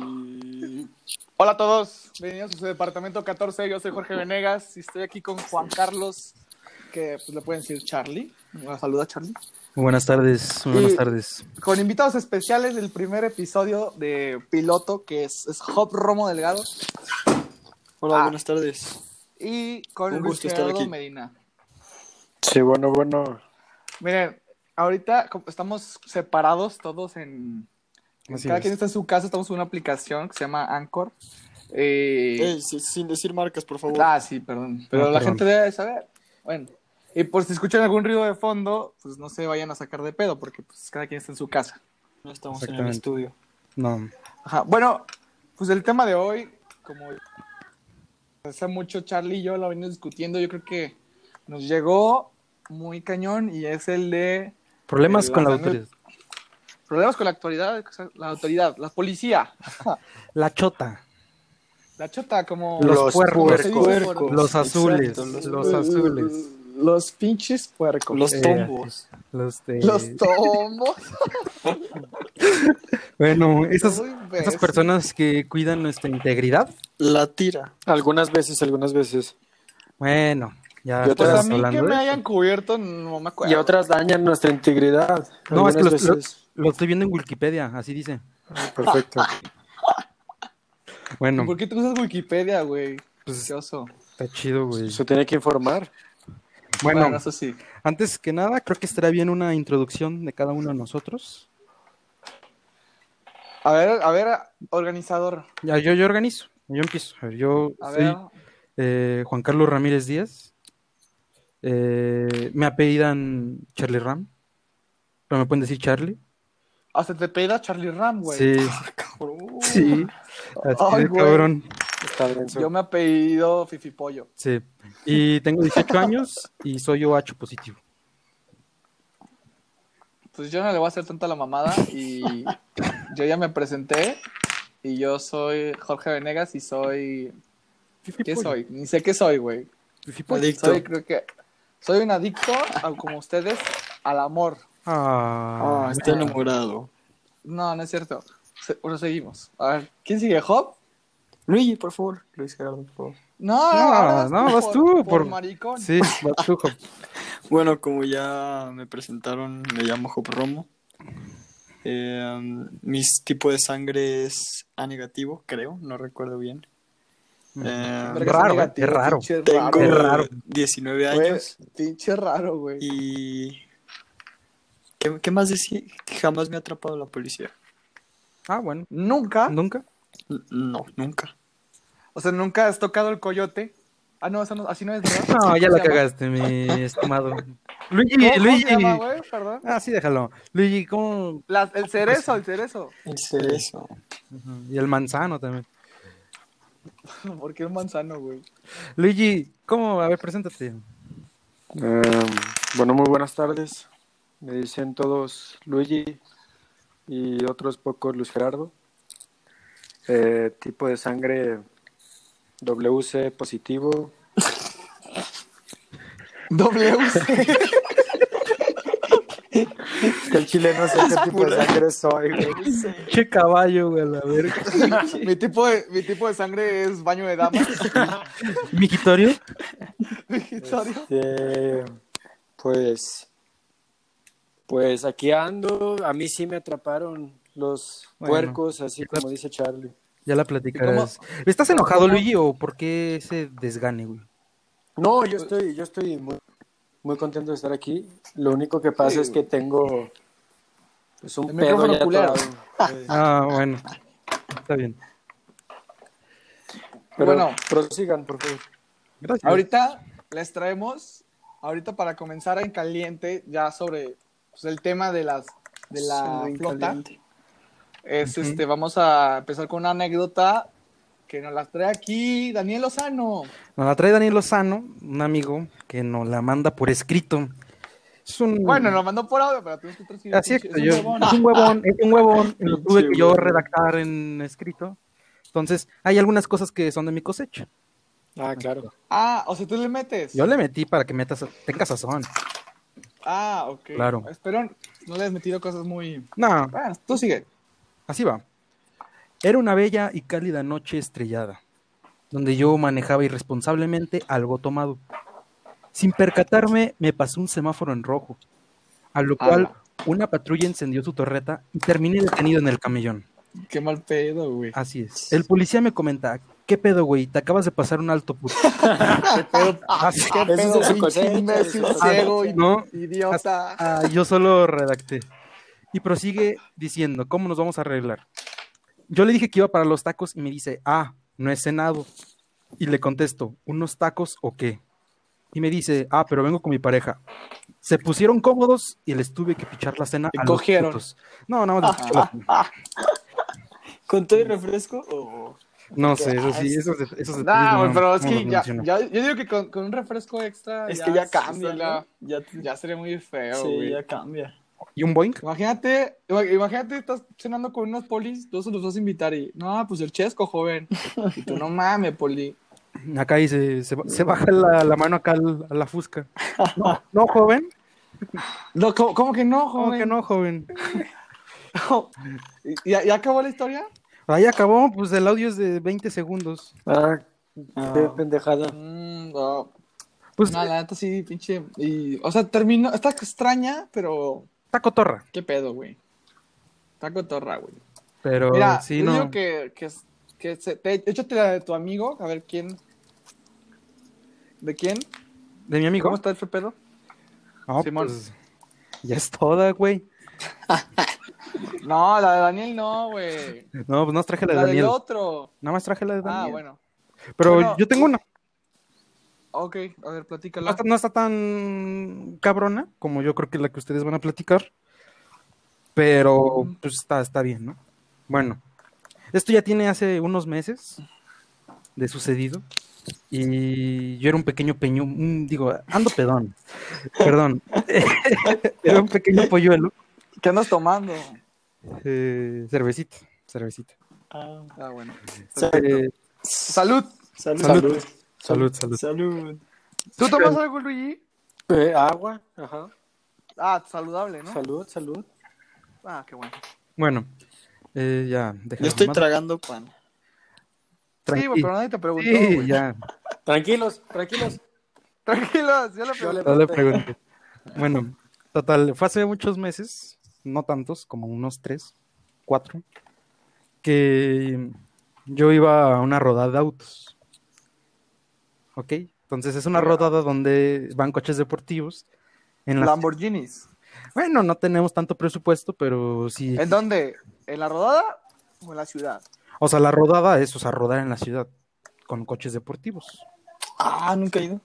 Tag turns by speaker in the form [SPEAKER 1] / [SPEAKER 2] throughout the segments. [SPEAKER 1] Mm,
[SPEAKER 2] Hola a todos, bienvenidos a su departamento 14. Yo soy Jorge Venegas y estoy aquí con Juan Carlos, que pues, le pueden decir Charlie. Bueno, saluda Charlie.
[SPEAKER 3] Buenas tardes, buenas
[SPEAKER 2] Y-
[SPEAKER 3] tardes.
[SPEAKER 2] Con invitados especiales del primer episodio de piloto, que es, es Job Romo Delgado,
[SPEAKER 4] Hola,
[SPEAKER 2] Ah.
[SPEAKER 4] buenas tardes.
[SPEAKER 2] y con
[SPEAKER 4] Un
[SPEAKER 2] Luis
[SPEAKER 4] gusto estar
[SPEAKER 2] Gerardo
[SPEAKER 4] aquí.
[SPEAKER 2] Medina.
[SPEAKER 1] Sí, bueno, bueno.
[SPEAKER 2] Miren, ahorita como estamos separados todos en...
[SPEAKER 3] Así
[SPEAKER 2] cada
[SPEAKER 3] es.
[SPEAKER 2] quien está en su casa, estamos en una aplicación que se llama Anchor. Eh,
[SPEAKER 4] Ey, si- sin decir marcas, por favor.
[SPEAKER 2] Ah, sí, perdón. Pero la
[SPEAKER 3] perdón.
[SPEAKER 2] gente debe saber. Bueno. Y por si escuchan algún ruido de fondo, pues no se vayan a sacar de pedo, porque pues cada quien está en su casa.
[SPEAKER 4] No estamos en el
[SPEAKER 3] Exactamente.
[SPEAKER 4] estudio.
[SPEAKER 3] No,
[SPEAKER 2] Ajá. Bueno, pues el tema de hoy, como hace mucho Charlie y yo lo venimos discutiendo, yo creo que nos llegó muy cañón y es el de
[SPEAKER 3] problemas
[SPEAKER 2] El
[SPEAKER 3] con la
[SPEAKER 2] banano-
[SPEAKER 3] autoridad.
[SPEAKER 2] problemas con la actualidad, o sea, la autoridad, la policía,
[SPEAKER 3] La chota,
[SPEAKER 2] la chota, como
[SPEAKER 3] Los puercos.
[SPEAKER 2] como se dice
[SPEAKER 4] Puercos.
[SPEAKER 2] por-
[SPEAKER 3] los azules,
[SPEAKER 4] exacto, los-
[SPEAKER 3] los azules,
[SPEAKER 2] Los pinches puercos.
[SPEAKER 4] Los
[SPEAKER 3] Eh,
[SPEAKER 4] tombos.
[SPEAKER 3] los de...
[SPEAKER 2] los tombos.
[SPEAKER 3] Bueno, esas,
[SPEAKER 2] Muy
[SPEAKER 3] esas
[SPEAKER 2] imbécil.
[SPEAKER 3] personas que cuidan nuestra integridad,
[SPEAKER 4] La tira.
[SPEAKER 1] Algunas veces, algunas veces.
[SPEAKER 3] bueno, ya
[SPEAKER 1] Yo te-
[SPEAKER 2] Pues
[SPEAKER 3] estamos
[SPEAKER 2] a mí que
[SPEAKER 3] hablando
[SPEAKER 2] me
[SPEAKER 3] de
[SPEAKER 2] hayan
[SPEAKER 3] eso.
[SPEAKER 2] cubierto, no me acuerdo.
[SPEAKER 1] Y otras dañan nuestra integridad.
[SPEAKER 3] No, es que
[SPEAKER 1] Algunas
[SPEAKER 3] los- lo,
[SPEAKER 1] veces.
[SPEAKER 3] lo estoy viendo en Wikipedia, así dice.
[SPEAKER 1] Perfecto.
[SPEAKER 3] Bueno,
[SPEAKER 2] ¿Por qué tú usas Wikipedia, güey?
[SPEAKER 3] Pues-
[SPEAKER 2] Qué oso.
[SPEAKER 3] está chido, güey.
[SPEAKER 1] Se tiene que informar.
[SPEAKER 3] Bueno,
[SPEAKER 2] Bueno, eso sí.
[SPEAKER 3] antes que nada, creo que estaría bien una introducción de cada uno de nosotros.
[SPEAKER 2] A ver, a ver, organizador.
[SPEAKER 3] Ya, yo, yo organizo, yo empiezo. A ver, yo
[SPEAKER 2] A
[SPEAKER 3] soy
[SPEAKER 2] ver.
[SPEAKER 3] eh, Juan Carlos Ramírez Díaz. Eh, me apellidan Charlie Ram. Pero me pueden decir Charlie.
[SPEAKER 2] Hasta te peda Charlie Ram, güey. Uh,
[SPEAKER 3] Sí,
[SPEAKER 2] Cabrón.
[SPEAKER 3] sí. Así
[SPEAKER 2] Ay,
[SPEAKER 3] de
[SPEAKER 2] güey.
[SPEAKER 3] cabrón.
[SPEAKER 1] Está denso.
[SPEAKER 2] Yo me he pedido Fifi Pollo.
[SPEAKER 3] Sí. Y tengo 18 años y soy OH positivo.
[SPEAKER 2] Pues yo no le voy a hacer tanta la mamada y yo ya me presenté y yo soy Jorge Venegas y soy... ¿Qué soy? Ni sé qué soy, güey.
[SPEAKER 4] Adicto.
[SPEAKER 2] Soy, creo que... Soy un adicto, a- como ustedes, al amor.
[SPEAKER 3] Ah,
[SPEAKER 4] Ah, está enamorado.
[SPEAKER 2] No, no es cierto. Se- bueno, seguimos. A ver, ¿quién sigue? ¿Hop?
[SPEAKER 4] Luigi, por favor. Luis Gerardo, por favor.
[SPEAKER 2] No,
[SPEAKER 3] No, no, vas tú.
[SPEAKER 2] Por, por
[SPEAKER 3] por-
[SPEAKER 2] maricón.
[SPEAKER 3] Sí, vas tú, Job.
[SPEAKER 4] Bueno, como ya me presentaron, me llamo Job Romo. Eh, mis tipo de sangre es A negativo, creo, no recuerdo bien. Eh,
[SPEAKER 2] Verga,
[SPEAKER 3] Raro,
[SPEAKER 2] es negativo,
[SPEAKER 3] es raro.
[SPEAKER 2] Pinche
[SPEAKER 4] tengo
[SPEAKER 3] Qué
[SPEAKER 2] raro. Pues,
[SPEAKER 3] raro.
[SPEAKER 4] 19
[SPEAKER 2] güey.
[SPEAKER 4] años
[SPEAKER 2] Pinche raro, güey.
[SPEAKER 4] y... ¿Qué, qué más decir? Jamás me ha atrapado la policía.
[SPEAKER 3] Ah, bueno.
[SPEAKER 2] Nunca,
[SPEAKER 3] Nunca.
[SPEAKER 4] N- No, nunca.
[SPEAKER 2] o sea, nunca has tocado el coyote. Ah, no, eso no- así no es, ¿verdad?
[SPEAKER 3] No, ya
[SPEAKER 2] ¿Cómo
[SPEAKER 3] la
[SPEAKER 2] se llama?
[SPEAKER 3] cagaste, mi estimado. Luigi,
[SPEAKER 2] ¿Cómo, cómo
[SPEAKER 3] Luigi.
[SPEAKER 2] se llama, güey? Perdón.
[SPEAKER 3] Ah, sí, déjalo. Luigi, ¿cómo?
[SPEAKER 2] Las- el cerezo, el cerezo.
[SPEAKER 4] El cerezo.
[SPEAKER 3] Ujú, Y el manzano también.
[SPEAKER 2] ¿Por qué un manzano, güey?
[SPEAKER 3] Luigi, ¿cómo? A ver, preséntate.
[SPEAKER 1] Eh, bueno, muy buenas tardes. Me dicen todos Luigi y otros pocos Luis Gerardo. Eh, tipo de sangre WC positivo.
[SPEAKER 2] WC.
[SPEAKER 1] Que el chileno sé qué tipo de sangre soy. güey.
[SPEAKER 3] Che caballo, güey, a la verga.
[SPEAKER 2] mi, tipo de, mi tipo de sangre es baño de damas.
[SPEAKER 3] Mijitorio.
[SPEAKER 2] Mijitorio.
[SPEAKER 1] Este, pues, pues aquí ando. A mí sí me atraparon los
[SPEAKER 3] Bueno.
[SPEAKER 1] puercos, así como dice Charlie.
[SPEAKER 3] Ya la platicarás. ¿Estás enojado, Luigi, o por qué ese desgane, güey?
[SPEAKER 1] No, yo estoy, yo estoy muy, muy contento de estar aquí. Lo único que pasa
[SPEAKER 2] Sí,
[SPEAKER 1] es que tengo pues, un
[SPEAKER 2] El
[SPEAKER 1] pedo
[SPEAKER 2] micrófono
[SPEAKER 1] ya
[SPEAKER 2] culero.
[SPEAKER 1] atorado. Eh,
[SPEAKER 3] Ah, bueno. Está bien.
[SPEAKER 1] Pero
[SPEAKER 2] Bueno.
[SPEAKER 1] bueno, prosigan, por favor.
[SPEAKER 3] Gracias.
[SPEAKER 2] Ahorita les traemos, ahorita para comenzar en caliente, ya sobre pues, el tema de las de la
[SPEAKER 4] Soy muy
[SPEAKER 2] flota.
[SPEAKER 4] caliente.
[SPEAKER 2] Es
[SPEAKER 3] Ujú.
[SPEAKER 2] este, vamos a empezar con una anécdota que nos las trae aquí Daniel Lozano.
[SPEAKER 3] Nos la trae Daniel Lozano, un amigo que nos la manda por escrito. Es un.
[SPEAKER 2] Bueno, lo mandó por audio, pero tienes que transcribir.
[SPEAKER 3] Así es,
[SPEAKER 2] pinche-
[SPEAKER 3] yo-
[SPEAKER 2] un huevón.
[SPEAKER 3] es un huevón, es un huevón, y lo tuve
[SPEAKER 4] Pinche
[SPEAKER 3] que yo
[SPEAKER 4] huevón.
[SPEAKER 3] redactar en escrito. Entonces, hay algunas cosas que son de mi cosecha.
[SPEAKER 1] Ah, claro.
[SPEAKER 2] Ah, o sea, tú le metes.
[SPEAKER 3] Yo le metí para que metas, tenga sazón.
[SPEAKER 2] Ah, ok.
[SPEAKER 3] Claro.
[SPEAKER 2] Espero no le has metido cosas muy.
[SPEAKER 3] No,
[SPEAKER 2] Bueno, tú sigue.
[SPEAKER 3] Así va. Era una bella y cálida noche estrellada, donde yo manejaba irresponsablemente algo tomado. Sin percatarme, me pasó un semáforo en rojo, a lo cual una patrulla encendió su torreta y terminé detenido en el camellón.
[SPEAKER 2] Qué mal pedo, güey.
[SPEAKER 3] Así es. El policía me comenta, ¿qué pedo, güey? Te acabas de pasar un alto puto. Así-
[SPEAKER 2] Qué
[SPEAKER 1] Ese es
[SPEAKER 2] pedo,
[SPEAKER 1] de su
[SPEAKER 2] pinche
[SPEAKER 1] cosecha,
[SPEAKER 2] imbécil,
[SPEAKER 1] de su
[SPEAKER 2] ciego,
[SPEAKER 3] cosecha. No.
[SPEAKER 2] idiota.
[SPEAKER 3] Ah, yo solo redacté. Y prosigue diciendo, ¿cómo nos vamos a arreglar? Yo le dije que iba para los tacos y me dice, ah, no he cenado. Y le contesto, ¿unos tacos o qué? Y me dice, ah, pero vengo con mi pareja. Se pusieron cómodos y les tuve que pichar la cena.
[SPEAKER 2] Y
[SPEAKER 3] a los
[SPEAKER 2] cogieron.
[SPEAKER 3] putos. No, nada más. les piché la cena.
[SPEAKER 4] ¿Con todo y refresco? o
[SPEAKER 2] Ah,
[SPEAKER 3] No sé, eso sí, esos de- esos detalles
[SPEAKER 2] Nah, güey,
[SPEAKER 3] no-
[SPEAKER 2] pues, pero es
[SPEAKER 3] no
[SPEAKER 2] que
[SPEAKER 3] los
[SPEAKER 2] ya,
[SPEAKER 3] menciono.
[SPEAKER 2] ya- yo digo que con, con un refresco extra.
[SPEAKER 4] Es que ya
[SPEAKER 2] sí,
[SPEAKER 4] cambia,
[SPEAKER 2] sí, la-
[SPEAKER 4] ¿no? Ya, te-
[SPEAKER 2] Ya sería muy feo,
[SPEAKER 4] sí,
[SPEAKER 2] güey.
[SPEAKER 4] ya cambia.
[SPEAKER 3] ¿Y un boing?
[SPEAKER 2] Imagínate, ima- imagínate, estás cenando con unos polis, tú se los vas a invitar y, no, pues el chesco, joven. Y tú, no mames, poli.
[SPEAKER 3] Acá dice, se, se baja la, la mano acá al- a la fusca. No, no, joven.
[SPEAKER 2] No, ¿cómo, cómo que no, joven?
[SPEAKER 3] ¿Cómo que no, joven?
[SPEAKER 2] ¿Y, y- y acabó la historia?
[SPEAKER 3] Ahí acabó, pues el audio es de 20 segundos.
[SPEAKER 1] Ah,
[SPEAKER 4] Ah.
[SPEAKER 1] qué pendejada.
[SPEAKER 2] Mm, no.
[SPEAKER 3] Pues
[SPEAKER 2] No, la neta sí, pinche. Y, o sea, terminó. Está extraña, pero.
[SPEAKER 3] está cotorra.
[SPEAKER 2] ¿Qué pedo, güey? Está cotorra, güey.
[SPEAKER 3] Pero
[SPEAKER 2] Mira,
[SPEAKER 3] sí,
[SPEAKER 2] yo
[SPEAKER 3] no.
[SPEAKER 2] digo que, que, que se, te, échate la de tu amigo, a ver quién. ¿De quién?
[SPEAKER 3] De mi amigo.
[SPEAKER 2] ¿Cómo está ese pedo?
[SPEAKER 3] No,
[SPEAKER 2] Simón.
[SPEAKER 3] pues, ya es toda, güey.
[SPEAKER 2] No, la de Daniel no, güey.
[SPEAKER 3] No, pues no traje la de
[SPEAKER 2] La del
[SPEAKER 3] Daniel.
[SPEAKER 2] otro.
[SPEAKER 3] Nada más traje la de Daniel.
[SPEAKER 2] Ah, bueno.
[SPEAKER 3] Pero
[SPEAKER 2] Bueno,
[SPEAKER 3] yo tengo una.
[SPEAKER 2] Ok, a ver,
[SPEAKER 3] No
[SPEAKER 2] platícala.
[SPEAKER 3] está, no está tan cabrona como yo creo que la que ustedes van a platicar. Pero
[SPEAKER 2] Ujú.
[SPEAKER 3] pues está, está bien, ¿no? Bueno, esto ya tiene hace unos meses de sucedido. Y yo era un pequeño peño, un- digo, ando pedón. Perdón. era un pequeño polluelo.
[SPEAKER 2] ¿Qué andas tomando?
[SPEAKER 3] eh, cervecita, cervecita.
[SPEAKER 4] Ah.
[SPEAKER 2] Ah, bueno.
[SPEAKER 3] Eh,
[SPEAKER 2] Salud.
[SPEAKER 4] Salud.
[SPEAKER 3] Salud.
[SPEAKER 4] Salud.
[SPEAKER 3] salud, salud.
[SPEAKER 4] Salud.
[SPEAKER 2] ¿Tú tomas algo, Luigi?
[SPEAKER 1] Eh, agua, ajá.
[SPEAKER 2] Ah, saludable, ¿no?
[SPEAKER 1] Salud, salud.
[SPEAKER 2] Ah, qué bueno.
[SPEAKER 3] Bueno, eh, ya, deja
[SPEAKER 4] Yo
[SPEAKER 3] la
[SPEAKER 4] estoy
[SPEAKER 3] mamada.
[SPEAKER 4] tragando pan.
[SPEAKER 2] Sí, güey, pero nadie te preguntó,
[SPEAKER 3] Sí,
[SPEAKER 2] güey.
[SPEAKER 3] ya.
[SPEAKER 1] Tranquilos, tranquilos.
[SPEAKER 2] Tranquilos, yo le
[SPEAKER 1] Yo le-
[SPEAKER 2] pregunto.
[SPEAKER 3] No le pregunté. Bueno, total, fue hace muchos meses, no tantos, como unos tres, cuatro, que yo iba a una rodada de autos. ¿Ok? Entonces es una rodada donde van coches deportivos. En las...
[SPEAKER 2] Lamborghinis.
[SPEAKER 3] Bueno, no tenemos tanto presupuesto, pero sí.
[SPEAKER 2] ¿En dónde? ¿En la rodada o en la ciudad?
[SPEAKER 3] O sea, la rodada es, o sea, rodar en la ciudad con coches deportivos.
[SPEAKER 4] Ah, nunca he ido.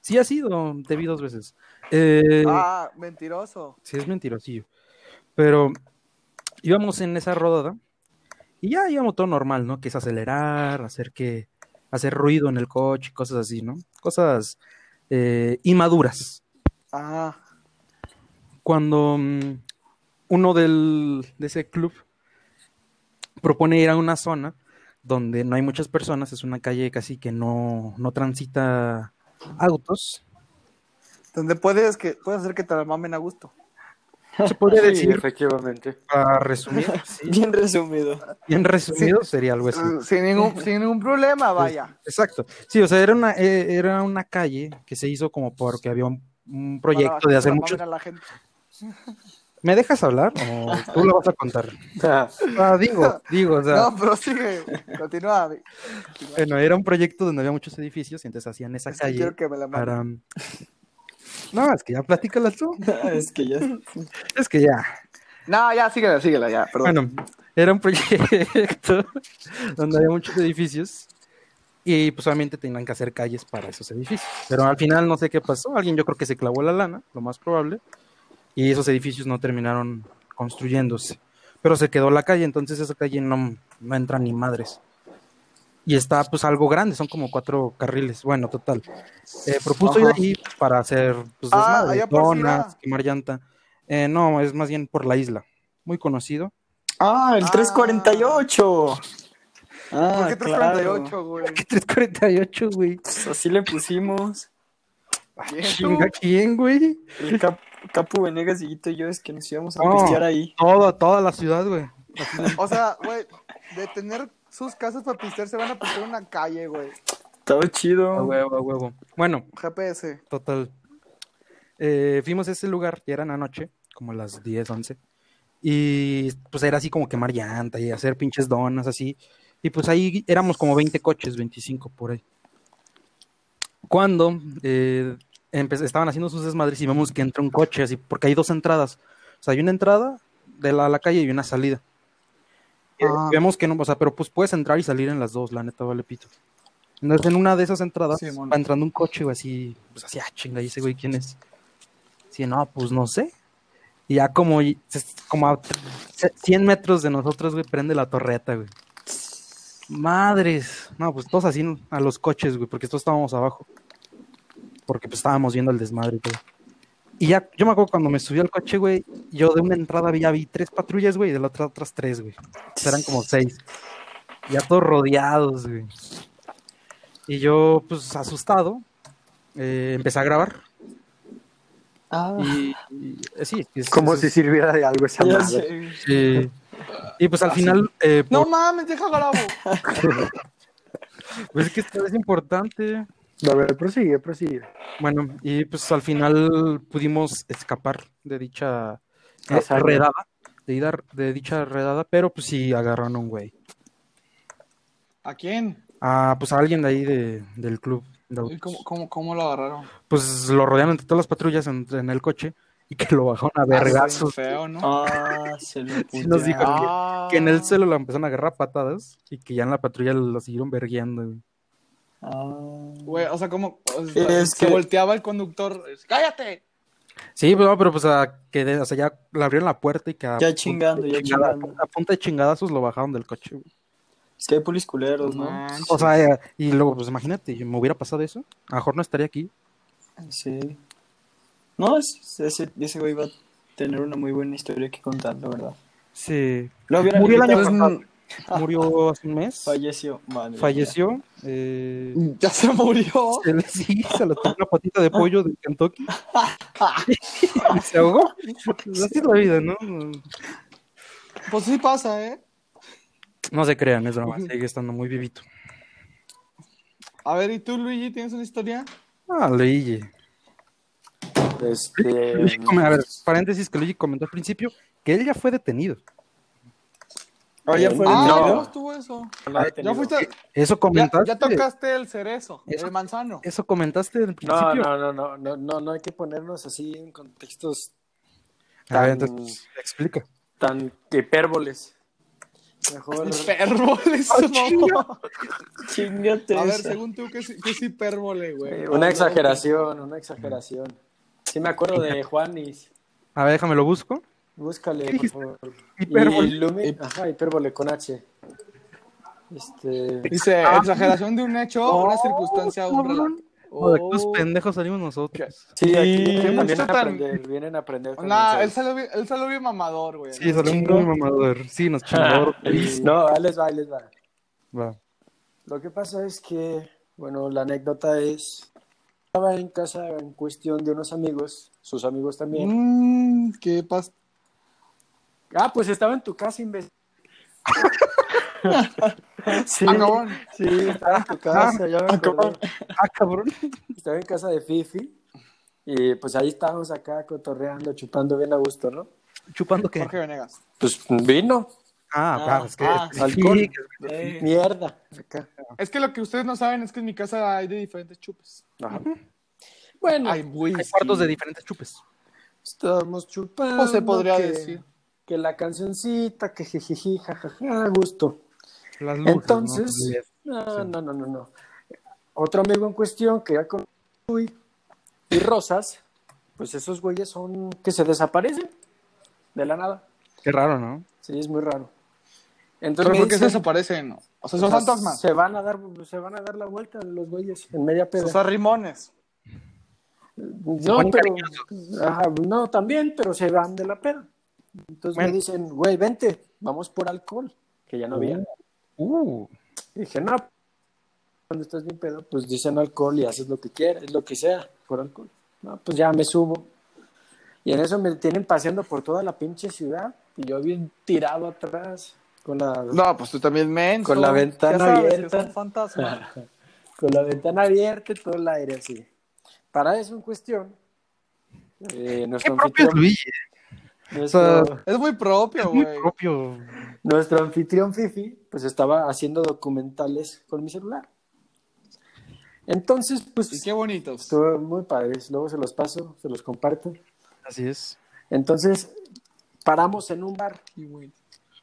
[SPEAKER 3] Sí ha sido, te vi dos veces. Eh,
[SPEAKER 2] Ah, mentiroso.
[SPEAKER 3] Sí, es mentirosillo. Pero íbamos en esa rodada y ya íbamos todo normal, ¿no? Que es acelerar, hacer que hacer ruido en el coche, cosas así, ¿no? Cosas eh, inmaduras.
[SPEAKER 2] Ah,
[SPEAKER 3] Cuando mm, uno del, de ese club propone ir a una zona donde no hay muchas personas, es una calle casi que no, no transita autos,
[SPEAKER 2] donde puedes que puedes hacer que te la mamen a gusto.
[SPEAKER 3] se podría
[SPEAKER 1] Sí,
[SPEAKER 3] decir,
[SPEAKER 1] efectivamente.
[SPEAKER 3] para resumir,
[SPEAKER 4] Bien resumido.
[SPEAKER 3] bien resumido, sería algo así.
[SPEAKER 2] Sin ningún, sin ningún problema, vaya.
[SPEAKER 3] Exacto. Sí, o sea, era una, eh, era una calle que se hizo como porque había un, un proyecto
[SPEAKER 2] Para
[SPEAKER 3] de hacer
[SPEAKER 2] la
[SPEAKER 3] mucho.
[SPEAKER 2] mamen a la gente.
[SPEAKER 3] ¿Me dejas hablar? ¿O tú lo vas a contar? Ah, digo, digo, o sea,
[SPEAKER 2] No, pero sigue. Continúa. Abby.
[SPEAKER 3] bueno, era un proyecto donde había muchos edificios y entonces hacían esa
[SPEAKER 2] Es que quiero
[SPEAKER 3] calle
[SPEAKER 2] que me la mamen.
[SPEAKER 3] para. mm, No, es que ya platícala tú.
[SPEAKER 4] es que ya.
[SPEAKER 3] Es que ya.
[SPEAKER 2] No, ya, síguela, síguela, ya, perdón.
[SPEAKER 3] Bueno, era un proyecto donde había muchos edificios y pues obviamente tenían que hacer calles para esos edificios. Pero al final no sé qué pasó, alguien yo creo que se clavó la lana, lo más probable, y esos edificios no terminaron construyéndose. Pero se quedó la calle, entonces esa calle no, no entra ni madres. Y está pues algo grande, son como cuatro carriles. Bueno, total. Eh, propuso ir
[SPEAKER 2] Ajá.
[SPEAKER 3] ahí para hacer pues,
[SPEAKER 2] Ah,
[SPEAKER 3] desmadre,
[SPEAKER 2] allá por
[SPEAKER 3] donas,
[SPEAKER 2] Sira.
[SPEAKER 3] quemar llanta. Eh, no, es más bien por la isla. Muy conocido.
[SPEAKER 4] Ah, el
[SPEAKER 2] Ah.
[SPEAKER 4] 348. Ah,
[SPEAKER 2] ¿Por qué
[SPEAKER 4] Claro.
[SPEAKER 2] 348, güey?
[SPEAKER 3] 348, güey.
[SPEAKER 4] Pues así le pusimos.
[SPEAKER 2] Bien,
[SPEAKER 3] Chinga, ¿quién, güey?
[SPEAKER 4] El Cap- Capu Venegas, Dieguito y yo es que nos íbamos a
[SPEAKER 3] No.
[SPEAKER 4] pistear ahí.
[SPEAKER 3] Toda, toda la ciudad, güey.
[SPEAKER 2] O sea, güey, de tener sus casas para pistear se van a pistear una calle, güey.
[SPEAKER 4] Estaba
[SPEAKER 3] A
[SPEAKER 4] chido.
[SPEAKER 3] huevo, a huevo. Bueno,
[SPEAKER 2] GPS.
[SPEAKER 3] Total. Eh, fuimos a ese lugar, ya era en la noche, como las 10, 11. Y pues era así como quemar llanta y hacer pinches donas así. Y pues ahí éramos como 20 coches, 25 por ahí. Cuando eh, empe- estaban haciendo sus desmadres y vemos que entra un coche así, porque hay dos entradas. O sea, hay una entrada de la, a la calle y una salida. Eh,
[SPEAKER 2] Ah.
[SPEAKER 3] Vemos que no, o sea, pero pues puedes entrar y salir en las dos, la neta, vale pito. Entonces, en una de esas entradas
[SPEAKER 2] Sí, mono.
[SPEAKER 3] va entrando un coche, güey, así, pues así, ah, chinga, y ese güey, ¿quién es? Sí, no, pues no sé. Y ya como, y- se- como a tre- se- 100 metros de nosotros, güey, prende la torreta, güey. Madres. No, pues todos así a los coches, güey, porque todos estábamos abajo. Porque pues estábamos viendo el desmadre, güey. Y ya, yo me acuerdo cuando me subí al coche, güey, yo de una entrada ya vi tres patrullas, güey, y de la otra otras tres, güey. O sea, eran como seis. Ya todos rodeados, güey. Y yo, pues, asustado, eh, empecé a grabar.
[SPEAKER 4] Ah,
[SPEAKER 3] Y, y- eh, sí, es-
[SPEAKER 5] Como
[SPEAKER 3] es-
[SPEAKER 5] si sirviera de algo esa
[SPEAKER 4] Ya
[SPEAKER 5] madre.
[SPEAKER 4] sé.
[SPEAKER 3] eh, y pues al final, eh,
[SPEAKER 2] No
[SPEAKER 3] por-
[SPEAKER 2] mames, deja grabo.
[SPEAKER 3] pues, es que esto es importante.
[SPEAKER 5] A ver, prosigue, prosigue.
[SPEAKER 3] Bueno, y pues al final pudimos escapar de dicha eh,
[SPEAKER 5] Hazaña.
[SPEAKER 3] redada, de, ida- de dicha redada, pero pues sí agarraron a un güey.
[SPEAKER 2] ¿A quién?
[SPEAKER 3] Ah, pues a alguien de ahí de- del club. de
[SPEAKER 2] ¿Y
[SPEAKER 3] autos.
[SPEAKER 2] cómo, cómo, cómo lo agarraron?
[SPEAKER 3] Pues lo rodearon entre todas las patrullas en, en el coche y que lo bajaron a vergazos.
[SPEAKER 2] Feo, ¿no?
[SPEAKER 4] Ah, se lo
[SPEAKER 3] Sí nos dijo
[SPEAKER 4] putearon.
[SPEAKER 2] Ah.
[SPEAKER 3] Que en el celo lo empezaron a agarrar a patadas y que ya en la patrulla lo siguieron vergueando. güey.
[SPEAKER 4] Ah.
[SPEAKER 2] Güey, o sea, como o sea,
[SPEAKER 4] Es
[SPEAKER 2] se
[SPEAKER 4] que-
[SPEAKER 2] volteaba el conductor. ¡Cállate!
[SPEAKER 3] Sí, pero, pero pues a, que de- o sea, ya le abrieron la puerta y que a,
[SPEAKER 4] Ya
[SPEAKER 3] punta de
[SPEAKER 4] chingando, ya
[SPEAKER 3] chingada-
[SPEAKER 4] chingando.
[SPEAKER 3] a punta de chingadazos lo bajaron del coche. güey.
[SPEAKER 4] Es que hay pulis culeros, ¿no?
[SPEAKER 2] Manches.
[SPEAKER 3] O sea, eh, y luego, pues imagínate, me hubiera pasado eso. A lo mejor no estaría aquí.
[SPEAKER 4] Sí. No, es- ese, ese güey va a tener una muy buena historia que contar, la verdad.
[SPEAKER 3] Sí.
[SPEAKER 4] Lo hubieran
[SPEAKER 3] Murió el año
[SPEAKER 4] invitado,
[SPEAKER 3] pasado. Murió hace un mes.
[SPEAKER 4] Falleció. Madre
[SPEAKER 3] Falleció. eh,
[SPEAKER 2] ya se murió.
[SPEAKER 3] Se le- sí, se lo tomó una patita de pollo de Kentucky. Y se ahogó. Pues Así es la vida, ¿no?
[SPEAKER 2] Pues sí pasa, ¿eh?
[SPEAKER 3] No se crean, es broma. Sigue estando muy vivito.
[SPEAKER 2] A ver, ¿y tú, Luigi, tienes una historia?
[SPEAKER 3] Ah, Luigi.
[SPEAKER 1] Este,
[SPEAKER 3] Luigi come- A ver, paréntesis que Luigi comentó al principio que él ya fue detenido.
[SPEAKER 4] mía. Oye, fue
[SPEAKER 2] Ah,
[SPEAKER 4] detenido.
[SPEAKER 2] ¿cómo estuvo eso? Ya fuiste.
[SPEAKER 3] Eso
[SPEAKER 2] Ya,
[SPEAKER 3] comentaste.
[SPEAKER 2] ya tocaste el cerezo,
[SPEAKER 3] Eso-
[SPEAKER 2] el manzano.
[SPEAKER 3] Eso comentaste al
[SPEAKER 1] no,
[SPEAKER 3] principio.
[SPEAKER 1] no, no, no, no, no, no hay que ponernos así en contextos
[SPEAKER 3] A ver,
[SPEAKER 1] tan-
[SPEAKER 3] entonces, pues, explica.
[SPEAKER 1] tan hipérboles. Mejor.
[SPEAKER 2] Hipérbole, eso,
[SPEAKER 3] Ah,
[SPEAKER 2] mamá.
[SPEAKER 4] Chingate.
[SPEAKER 2] A ver,
[SPEAKER 4] esa.
[SPEAKER 2] según tú, ¿qué es, qué es hipérbole, güey? Ah,
[SPEAKER 1] Una exageración, una exageración. Sí me acuerdo de Juanis.
[SPEAKER 3] A ver, déjame lo busco.
[SPEAKER 1] Búscale, por favor.
[SPEAKER 3] Hipérbole.
[SPEAKER 1] Y ilumi- Ajá, hipérbole con H. Este,
[SPEAKER 2] Dice, exageración de un hecho, o una circunstancia o un relato.
[SPEAKER 3] cabrón. No, de qué
[SPEAKER 2] Oh.
[SPEAKER 3] pendejos salimos nosotros.
[SPEAKER 1] sí, aquí
[SPEAKER 2] Sí,
[SPEAKER 1] vienen
[SPEAKER 2] está
[SPEAKER 1] a
[SPEAKER 2] tan-
[SPEAKER 1] aprender, vienen a aprender. con
[SPEAKER 2] Nah, él
[SPEAKER 1] nosotros.
[SPEAKER 2] salió, bien- él salió bien mamador, güey.
[SPEAKER 3] Sí, salimos muy mamador. Sí, nos chingó.
[SPEAKER 1] No, ahí les va, ahí les va.
[SPEAKER 3] Va.
[SPEAKER 1] Lo que pasa es que, bueno, la anécdota es, estaba en casa en cuestión de unos amigos, sus amigos también.
[SPEAKER 2] Mmm, qué pasa.
[SPEAKER 1] Ah, pues estaba en tu casa, imbécil. sí,
[SPEAKER 2] Ah, cabrón.
[SPEAKER 1] sí, estaba en tu casa, ya me acordé.
[SPEAKER 3] Ah, cabrón.
[SPEAKER 1] Estaba en casa de Fifi y pues ahí estábamos acá cotorreando, chupando bien a gusto, ¿no?
[SPEAKER 3] ¿Chupando qué?
[SPEAKER 2] Jorge Venegas.
[SPEAKER 1] Pues vino,
[SPEAKER 3] Ah,
[SPEAKER 2] Ah,
[SPEAKER 3] ah, es que.
[SPEAKER 2] ah,
[SPEAKER 3] sí,
[SPEAKER 1] alcohol.
[SPEAKER 3] que-
[SPEAKER 1] mierda. Acá.
[SPEAKER 2] Es que lo que ustedes no saben es que en mi casa hay de diferentes chupes.
[SPEAKER 1] Ajá. Bueno,
[SPEAKER 2] Hay
[SPEAKER 3] Hay
[SPEAKER 2] whisky.
[SPEAKER 3] cuartos de diferentes chupes.
[SPEAKER 1] estábamos chupando.
[SPEAKER 2] ¿Cómo se podría
[SPEAKER 1] que-
[SPEAKER 2] decir?
[SPEAKER 1] que la cancioncita, que jijiji, jajaja, gusto.
[SPEAKER 3] Las luces, ¿no?
[SPEAKER 1] Entonces, no, no, no, no, no. Otro amigo en cuestión que ya con Uy y Rosas, pues esos güeyes son que se desaparecen de la nada.
[SPEAKER 3] Qué raro, ¿no?
[SPEAKER 1] Sí, es muy raro.
[SPEAKER 2] Pero
[SPEAKER 1] Entonces, me
[SPEAKER 2] ¿por qué se
[SPEAKER 1] dicen,
[SPEAKER 2] desaparecen? O sea,
[SPEAKER 1] o
[SPEAKER 2] son
[SPEAKER 1] sea,
[SPEAKER 2] fantasmas.
[SPEAKER 1] Se van a dar, se van a dar la vuelta los güeyes en media peda.
[SPEAKER 2] O sea, rimones.
[SPEAKER 1] no,
[SPEAKER 3] ponen
[SPEAKER 1] pero, ajá, no, también, pero se van de la peda. Entonces
[SPEAKER 3] Bueno.
[SPEAKER 1] me dicen, güey, vente, vamos por alcohol, que ya no había.
[SPEAKER 2] Oh.
[SPEAKER 3] Uh,
[SPEAKER 1] Y dije, no, cuando estás bien pedo, pues dicen alcohol y haces lo que quieras, lo que sea, por alcohol. No, pues ya me subo. Y en eso me tienen paseando por toda la pinche ciudad, Y yo bien tirado atrás con la,
[SPEAKER 2] No, pues tú también, men.
[SPEAKER 1] Con la ventana abierta.
[SPEAKER 2] son fantasmas.
[SPEAKER 1] con la ventana abierta y todo el aire así. Para eso en cuestión, eh,
[SPEAKER 3] Qué
[SPEAKER 1] nuestro
[SPEAKER 3] propio es
[SPEAKER 1] anfitrión,
[SPEAKER 3] Luigi, ¿eh?
[SPEAKER 1] nuestro-
[SPEAKER 2] Es muy propio,
[SPEAKER 3] es muy
[SPEAKER 2] güey.
[SPEAKER 3] propio.
[SPEAKER 1] Nuestro anfitrión Fifi, pues estaba haciendo documentales con mi celular. Entonces,
[SPEAKER 2] Y
[SPEAKER 1] pues
[SPEAKER 2] qué bonitos.
[SPEAKER 1] estuvo muy padres. Luego se los paso, se los comparto.
[SPEAKER 3] Así es.
[SPEAKER 1] Entonces, paramos en un bar
[SPEAKER 2] Qué bonito.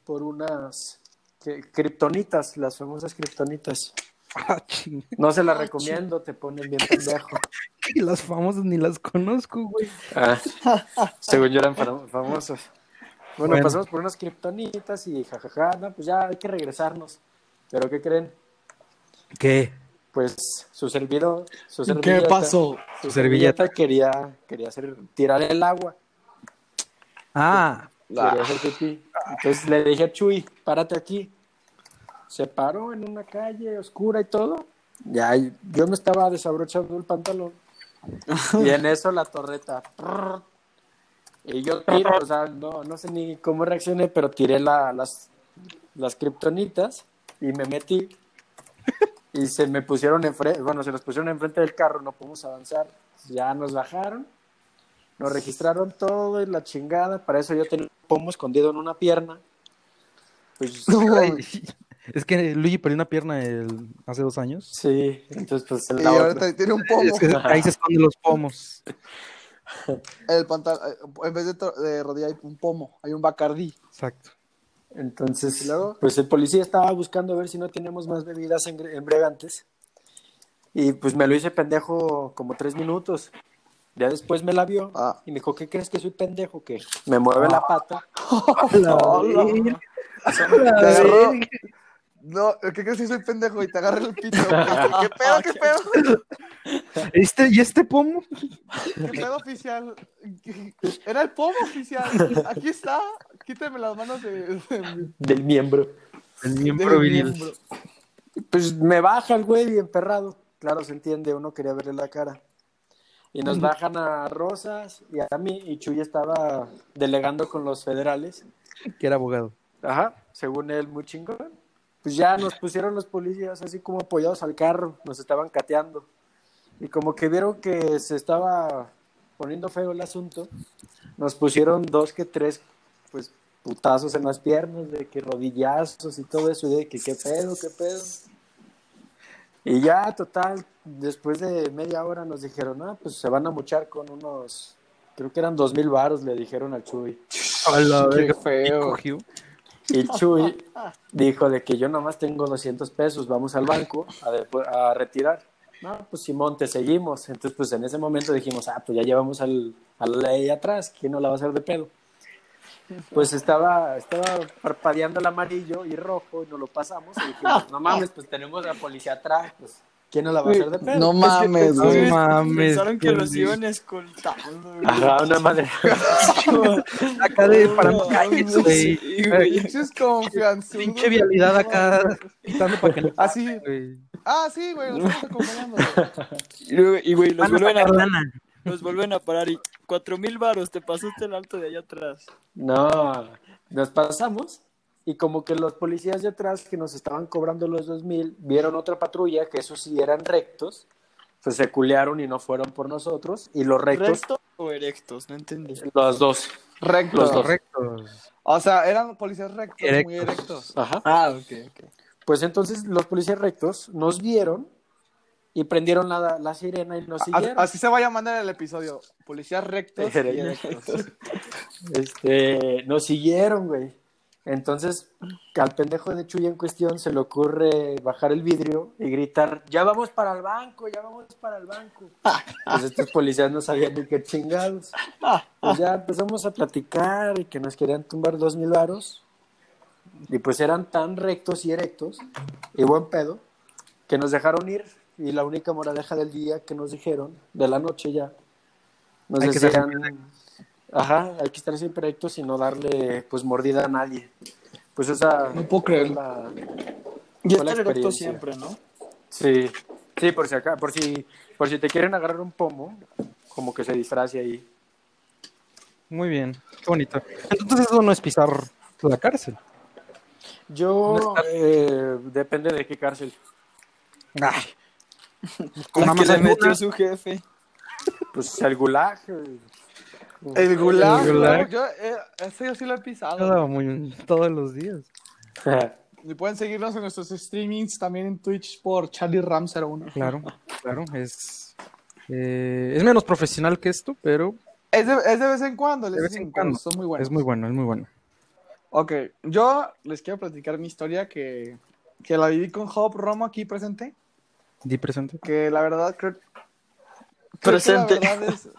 [SPEAKER 1] por unas que- kriptonitas, las famosas kriptonitas.
[SPEAKER 3] Ah, ching,
[SPEAKER 1] No se las recomiendo, te ponen bien pendejo.
[SPEAKER 3] que las famosas ni las conozco, güey.
[SPEAKER 1] Ah, según yo eran fam- famosos. Bueno,
[SPEAKER 3] Bueno.
[SPEAKER 1] pasamos por unas kriptonitas y jajaja, no, pues ya hay que regresarnos. ¿Pero qué creen?
[SPEAKER 3] ¿Qué?
[SPEAKER 1] Pues su servidor, su
[SPEAKER 2] ¿Y qué
[SPEAKER 1] servilleta-
[SPEAKER 2] pasó?
[SPEAKER 1] Su
[SPEAKER 3] Su
[SPEAKER 1] servilleta
[SPEAKER 3] servilleta.
[SPEAKER 1] quería, quería hacer, tirar el agua.
[SPEAKER 3] Ah,
[SPEAKER 1] Quería hacer pipí. Entonces le dije a Chuy, párate aquí. Se paró en una calle oscura y todo. Ya, y yo me estaba desabrochando el pantalón. Y en eso la torreta. prrr. Y yo tiro, o sea, no, no sé ni cómo reaccioné, pero tiré la- las, las kriptonitas y me metí. Y se me pusieron enfrente, bueno, se los pusieron enfrente del carro, no pudimos avanzar. Ya nos bajaron, nos registraron todo y la chingada. Para eso yo tenía un pomo escondido en una pierna. Pues,
[SPEAKER 3] es que Luigi perdió una pierna el- hace dos años.
[SPEAKER 1] sí, entonces pues en
[SPEAKER 2] Y
[SPEAKER 1] la otra.
[SPEAKER 2] ahorita tiene un pomo.
[SPEAKER 3] Es que ahí se esconden los pomos.
[SPEAKER 2] El pantalón. En vez de, to- de rodilla hay un pomo. Hay un bacardí.
[SPEAKER 3] Exacto.
[SPEAKER 1] Entonces,
[SPEAKER 2] ¿Y luego?
[SPEAKER 1] pues el policía estaba buscando a ver si no teníamos más bebidas en- embriagantes. Y pues me lo hice pendejo como tres minutos. Ya después me la vio
[SPEAKER 2] Ah.
[SPEAKER 1] y me dijo, ¿qué crees que soy pendejo? Que me mueve la pata.
[SPEAKER 2] Hola. Te agarró- No, ¿qué crees que soy pendejo? Y te agarra el pito. güey. ¿Qué pedo, qué pedo?
[SPEAKER 3] Este, ¿Y este pomo?
[SPEAKER 2] ¿Qué pedo oficial? Era el pomo oficial. Aquí está. Quítame las manos de, de mi-
[SPEAKER 1] Del miembro.
[SPEAKER 3] El
[SPEAKER 2] de mi
[SPEAKER 3] miembro viril.
[SPEAKER 2] miembro.
[SPEAKER 1] Pues me baja el güey bien perrado. Claro, se entiende, uno quería verle la cara. Y nos bajan a Rosas y a mí. Y Chuy estaba delegando con los federales.
[SPEAKER 3] Que era abogado.
[SPEAKER 1] Ajá, según él, muy chingón. Pues ya nos pusieron los policías así como apoyados al carro, nos estaban cateando. Y como que vieron que se estaba poniendo feo el asunto, nos pusieron dos que tres, pues, putazos en las piernas, de que rodillazos y todo eso, y de que qué pedo, qué pedo. Y ya, total, después de media hora nos dijeron, ah, pues se van a mochar con unos, creo que eran dos mil varos, le dijeron al Chuy.
[SPEAKER 3] A la verga.
[SPEAKER 2] feo.
[SPEAKER 3] Y cogió.
[SPEAKER 1] Y Chuy dijo de que yo nomás tengo 200 pesos, vamos al banco a, depo- a retirar. No, pues Simón, te seguimos. Entonces, pues en ese momento dijimos, ah, pues ya llevamos al, a la ley atrás, ¿quién no la va a hacer de pedo? Pues estaba, estaba parpadeando el amarillo y rojo y nos lo pasamos y dijimos, no mames, pues tenemos a la policía atrás, pues ¿quién no la va a hacer de pedo?
[SPEAKER 2] No mames,
[SPEAKER 3] No
[SPEAKER 2] güey.
[SPEAKER 3] mames,
[SPEAKER 4] Pensaron que
[SPEAKER 3] qué
[SPEAKER 4] los
[SPEAKER 3] horrible.
[SPEAKER 4] iban escoltando. güey.
[SPEAKER 1] Ajá, Ah, una madre.
[SPEAKER 3] Acá de para
[SPEAKER 4] No,
[SPEAKER 3] calles,
[SPEAKER 4] no
[SPEAKER 3] güey.
[SPEAKER 4] sé, güey.
[SPEAKER 2] Pinches confianzudos.
[SPEAKER 3] Pinche vialidad
[SPEAKER 2] No
[SPEAKER 3] acá,
[SPEAKER 2] mames.
[SPEAKER 3] quitando para que no
[SPEAKER 2] Así.
[SPEAKER 3] pase, güey.
[SPEAKER 2] Ah, sí, güey. Nos estamos acompañando. güey.
[SPEAKER 4] Y, luego- y, güey, los
[SPEAKER 3] Van
[SPEAKER 4] vuelven,
[SPEAKER 3] hasta
[SPEAKER 4] a,
[SPEAKER 3] Carlana.
[SPEAKER 4] los vuelven a parar y cuatro mil varos, te pasaste el alto de allá atrás.
[SPEAKER 1] No, nos pasamos y como que los policías de atrás que nos estaban cobrando los 2000 vieron otra patrulla que esos sí eran rectos, pues se culearon y no fueron por nosotros y los rectos,
[SPEAKER 4] ¿Recto o erectos? No entendí.
[SPEAKER 1] los dos.
[SPEAKER 2] Rectos.
[SPEAKER 1] Los dos.
[SPEAKER 3] Correctos.
[SPEAKER 2] O sea, eran policías rectos, muy
[SPEAKER 3] Erectos.
[SPEAKER 2] erectos.
[SPEAKER 1] Ajá.
[SPEAKER 4] Ah, ok, ok.
[SPEAKER 1] Pues entonces los policías rectos nos vieron y prendieron la, la sirena y nos
[SPEAKER 2] A-
[SPEAKER 1] siguieron.
[SPEAKER 2] Así se va a llamar el episodio. Policías rectos. y erectos.
[SPEAKER 1] Este, nos siguieron, güey. Entonces, al pendejo de Chuya en cuestión se le ocurre bajar el vidrio y gritar, ya vamos para el banco, ya vamos para el banco. Pues estos policías no sabían ni qué chingados. Pues ya empezamos a platicar y que nos querían tumbar dos mil varos. Y pues eran tan rectos y erectos y buen pedo que nos dejaron ir. Y la única moraleja del día que nos dijeron, de la noche ya, nos
[SPEAKER 3] Hay que ser
[SPEAKER 1] decían... Ajá, hay que estar siempre rectos y no darle pues mordida a nadie. Pues esa
[SPEAKER 2] No puedo creer.
[SPEAKER 1] fue la-
[SPEAKER 4] Y
[SPEAKER 1] Fue la
[SPEAKER 4] estar erecto
[SPEAKER 1] experiencia.
[SPEAKER 4] siempre, ¿no?
[SPEAKER 1] sí, sí, por si acá, por si por si te quieren agarrar un pomo, como que se disfrace ahí.
[SPEAKER 3] Muy bien, qué bonito. Entonces eso no es pisar la cárcel.
[SPEAKER 1] Yo, eh, depende de qué cárcel.
[SPEAKER 3] Ay,
[SPEAKER 4] La
[SPEAKER 3] Nada
[SPEAKER 4] que
[SPEAKER 3] más
[SPEAKER 4] le
[SPEAKER 3] hay una.
[SPEAKER 4] metió su jefe.
[SPEAKER 1] Pues el gulag. eh,
[SPEAKER 2] El gulag.
[SPEAKER 3] El
[SPEAKER 2] El
[SPEAKER 3] gulag.
[SPEAKER 2] Yo, eh, ese yo sí lo he pisado.
[SPEAKER 3] todo muy- todos los días.
[SPEAKER 1] eh,
[SPEAKER 2] Y pueden seguirnos en nuestros streamings también en Twitch por Charlie Ram 01.
[SPEAKER 3] Claro, claro, es, eh, es menos profesional que esto, pero
[SPEAKER 2] Es de, es de vez en cuando, les
[SPEAKER 3] De vez
[SPEAKER 2] digo,
[SPEAKER 3] en cuando.
[SPEAKER 2] Son muy buenos.
[SPEAKER 3] es muy bueno, es muy bueno.
[SPEAKER 2] Ok, yo les quiero platicar mi historia que, que la viví con Job Romo aquí presente.
[SPEAKER 3] Di presente.
[SPEAKER 2] Que la verdad creo, creo
[SPEAKER 4] Presente.
[SPEAKER 2] Que la verdad es,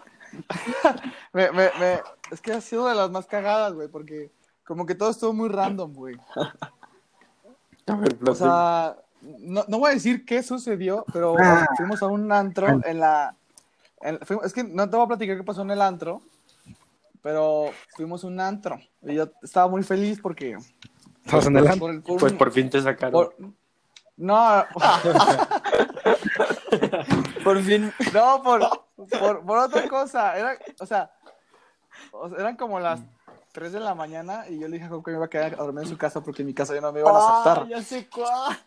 [SPEAKER 2] Me- me- me- es que ha sido de las más cagadas, güey, porque como que todo estuvo muy random, güey.
[SPEAKER 1] A ver,
[SPEAKER 2] O sea, no, no voy a decir qué sucedió, pero
[SPEAKER 3] Ah.
[SPEAKER 2] fuimos a un antro en la... en- fuimos- es que no te voy a platicar qué pasó en el antro, pero fuimos a un antro. Y yo estaba muy feliz porque...
[SPEAKER 3] Estabas en el antro.
[SPEAKER 2] por el- por
[SPEAKER 1] pues
[SPEAKER 2] un-
[SPEAKER 1] por fin te sacaron.
[SPEAKER 2] por- No,
[SPEAKER 4] Por fin.
[SPEAKER 2] no, por, por, por otra cosa. Era, o sea, o sea, eran como las 3 de la mañana y yo le dije a Job que me iba a quedar a dormir en su casa porque en mi casa ya no me iban a aceptar.
[SPEAKER 4] Ah, ya sé cuál.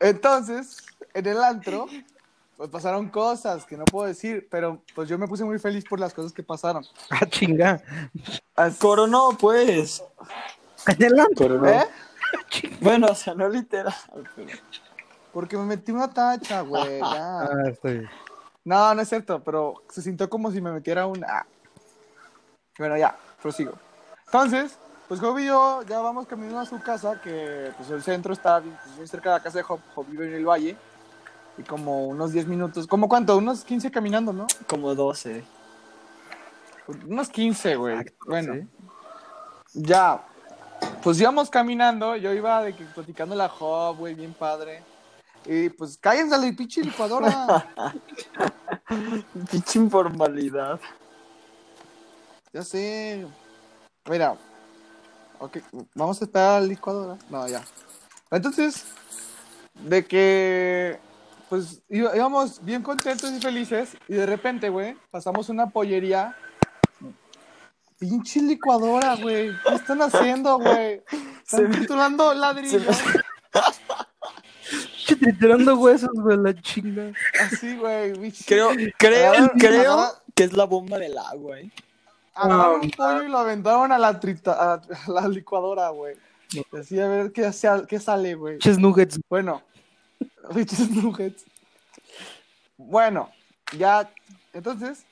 [SPEAKER 2] Entonces, en el antro, pues pasaron cosas que no puedo decir, pero pues yo me puse muy feliz por las cosas que pasaron.
[SPEAKER 3] Ah, chinga.
[SPEAKER 2] Así-
[SPEAKER 4] Coronó, pues.
[SPEAKER 3] Adelante.
[SPEAKER 1] Pero no.
[SPEAKER 2] ¿Eh?
[SPEAKER 4] Bueno, o sea, no literal. pero-
[SPEAKER 2] Porque me metí una tacha, güey. ya.
[SPEAKER 3] Ah, estoy bien.
[SPEAKER 2] No, no es cierto, pero se sintió como si me metiera un... ah. Bueno, ya, prosigo. Entonces, pues Job y yo ya vamos caminando a su casa, que pues el centro está bien, pues, muy cerca de la casa de Job. Job vive en el valle. Y como unos 10 minutos, ¿como cuánto? Unos 15 caminando, ¿no?
[SPEAKER 4] Como 12.
[SPEAKER 2] Unos 15, güey. Bueno.
[SPEAKER 3] Sí.
[SPEAKER 2] Ya, pues íbamos caminando, yo iba de que platicando la Job, güey, bien padre. Y pues cállense a la pinche licuadora.
[SPEAKER 4] Pinche informalidad.
[SPEAKER 2] ya sé. Mira, ok, vamos a esperar a la licuadora. ¿eh? No, ya. Entonces, de que, pues iba- íbamos bien contentos y felices. Y de repente, güey, pasamos una pollería. Pinche licuadora, güey. ¿Qué están haciendo, güey? Están titulando ladrillos.
[SPEAKER 3] Che, triturando huesos, güey, la chinga.
[SPEAKER 2] Así, güey. bicho.
[SPEAKER 4] Creo, creo,
[SPEAKER 2] Ahora-
[SPEAKER 4] creo
[SPEAKER 2] ahora-
[SPEAKER 4] que es la bomba del agua, ¿eh?
[SPEAKER 2] Agarraron un pollo y lo aventaron a la, trita, a, a la licuadora, güey. Así a ver qué, hace- qué sale, güey.
[SPEAKER 3] Ches nuggets.
[SPEAKER 2] Bueno. Pinches nuggets. Bueno, ya. Entonces,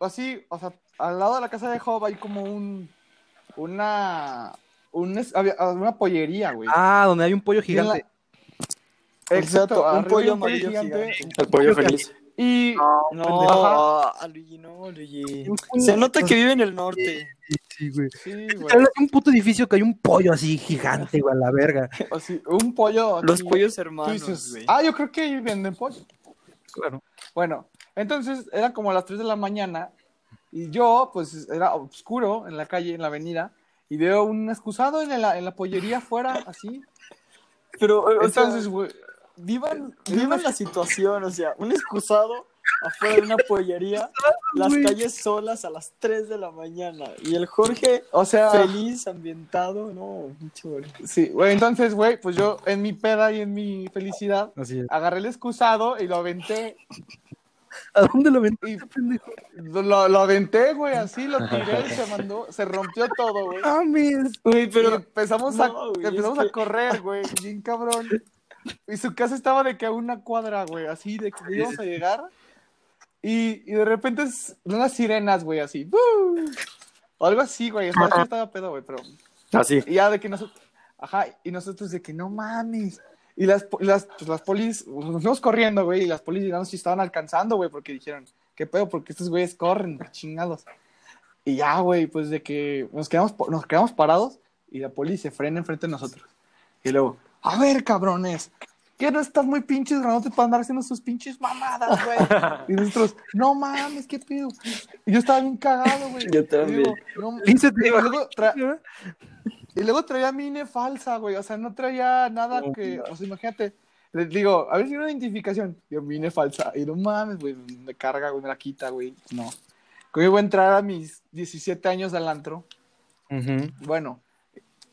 [SPEAKER 2] así, o sea, al lado de la casa de Job hay como un. Una. Un, es- había- ah, una pollería, güey.
[SPEAKER 3] Ah, donde hay un pollo
[SPEAKER 2] Y en la-
[SPEAKER 3] gigante.
[SPEAKER 2] Exacto,
[SPEAKER 4] un
[SPEAKER 2] arriba hay
[SPEAKER 4] pollo amarillo gigante.
[SPEAKER 1] El pollo feliz.
[SPEAKER 2] Y.
[SPEAKER 4] No, a Luigi no, Luigi. Se nota que vive en el norte.
[SPEAKER 3] Sí, sí, güey.
[SPEAKER 2] Sí,
[SPEAKER 3] Literal,
[SPEAKER 2] güey.
[SPEAKER 3] es un puto edificio que hay un pollo así gigante, güey, a la verga.
[SPEAKER 2] Así, un pollo.
[SPEAKER 4] Los
[SPEAKER 2] así.
[SPEAKER 4] pollos
[SPEAKER 2] Tú
[SPEAKER 4] hermanos,
[SPEAKER 2] dices,
[SPEAKER 4] güey.
[SPEAKER 2] ah, yo creo que ahí venden pollo.
[SPEAKER 3] Claro.
[SPEAKER 2] Bueno, entonces era como las 3 de la mañana y yo, pues era oscuro en la calle, en la avenida, y veo un excusado en la, en la pollería afuera, así.
[SPEAKER 4] Pero, o sea,
[SPEAKER 2] Entonces, güey,
[SPEAKER 4] vivan, vivan la situación, o sea, un excusado afuera de una pollería, las
[SPEAKER 3] güey.
[SPEAKER 4] calles solas a las 3 de la mañana. Y el Jorge
[SPEAKER 2] o sea,
[SPEAKER 4] feliz, ambientado, no, pinche Jorge.
[SPEAKER 2] sí, güey, entonces, güey, pues yo en mi peda y en mi felicidad
[SPEAKER 3] Así es.
[SPEAKER 2] agarré el excusado y lo aventé,
[SPEAKER 3] ¿A dónde lo ven?
[SPEAKER 2] y
[SPEAKER 3] pendejo?
[SPEAKER 2] lo, lo aventé, güey, así, lo tiré y se mandó, se rompió todo, güey.
[SPEAKER 3] Mames.
[SPEAKER 4] Güey,
[SPEAKER 2] Pero
[SPEAKER 4] pero
[SPEAKER 2] empezamos, a,
[SPEAKER 4] no, güey,
[SPEAKER 2] empezamos
[SPEAKER 4] es
[SPEAKER 2] a
[SPEAKER 4] que-
[SPEAKER 2] correr, güey, bien cabrón. Y su casa estaba de que a una cuadra, güey, así de que íbamos a llegar. Y, y de repente es unas sirenas, güey, así. ¡bu! O algo así, güey. Estaba, yo estaba pedo, güey, pero.
[SPEAKER 1] Así.
[SPEAKER 2] Y ya de que nosotros. Ajá, y nosotros de que no mames. Y las, po- las, pues, las polis, nos fuimos corriendo, güey, y las polis llegaron si estaban alcanzando, güey, porque dijeron, qué pedo, porque estos güeyes corren, güey, chingados. Y ya, güey, pues de que nos quedamos, po- nos quedamos parados y la poli se frena enfrente de nosotros. Y luego, a ver, cabrones, que no están muy pinches granotes para andar haciendo sus pinches mamadas, güey. Y nosotros, no mames, qué pedo. Y yo estaba bien cagado, güey.
[SPEAKER 4] Yo
[SPEAKER 2] Y digo,
[SPEAKER 4] también.
[SPEAKER 2] "No mames".
[SPEAKER 3] Lince te
[SPEAKER 2] Y
[SPEAKER 3] iba
[SPEAKER 2] luego tra- y luego traía mi INE falsa, güey. O sea, no traía nada que. O sea, imagínate. Les digo, a ver si hay una identificación. Yo, mi INE falsa. Y no mames, güey. Me carga, güey. Me la quita, güey. No. que iba a entrar a mis 17 años al antro.
[SPEAKER 3] Ujú.
[SPEAKER 2] Bueno,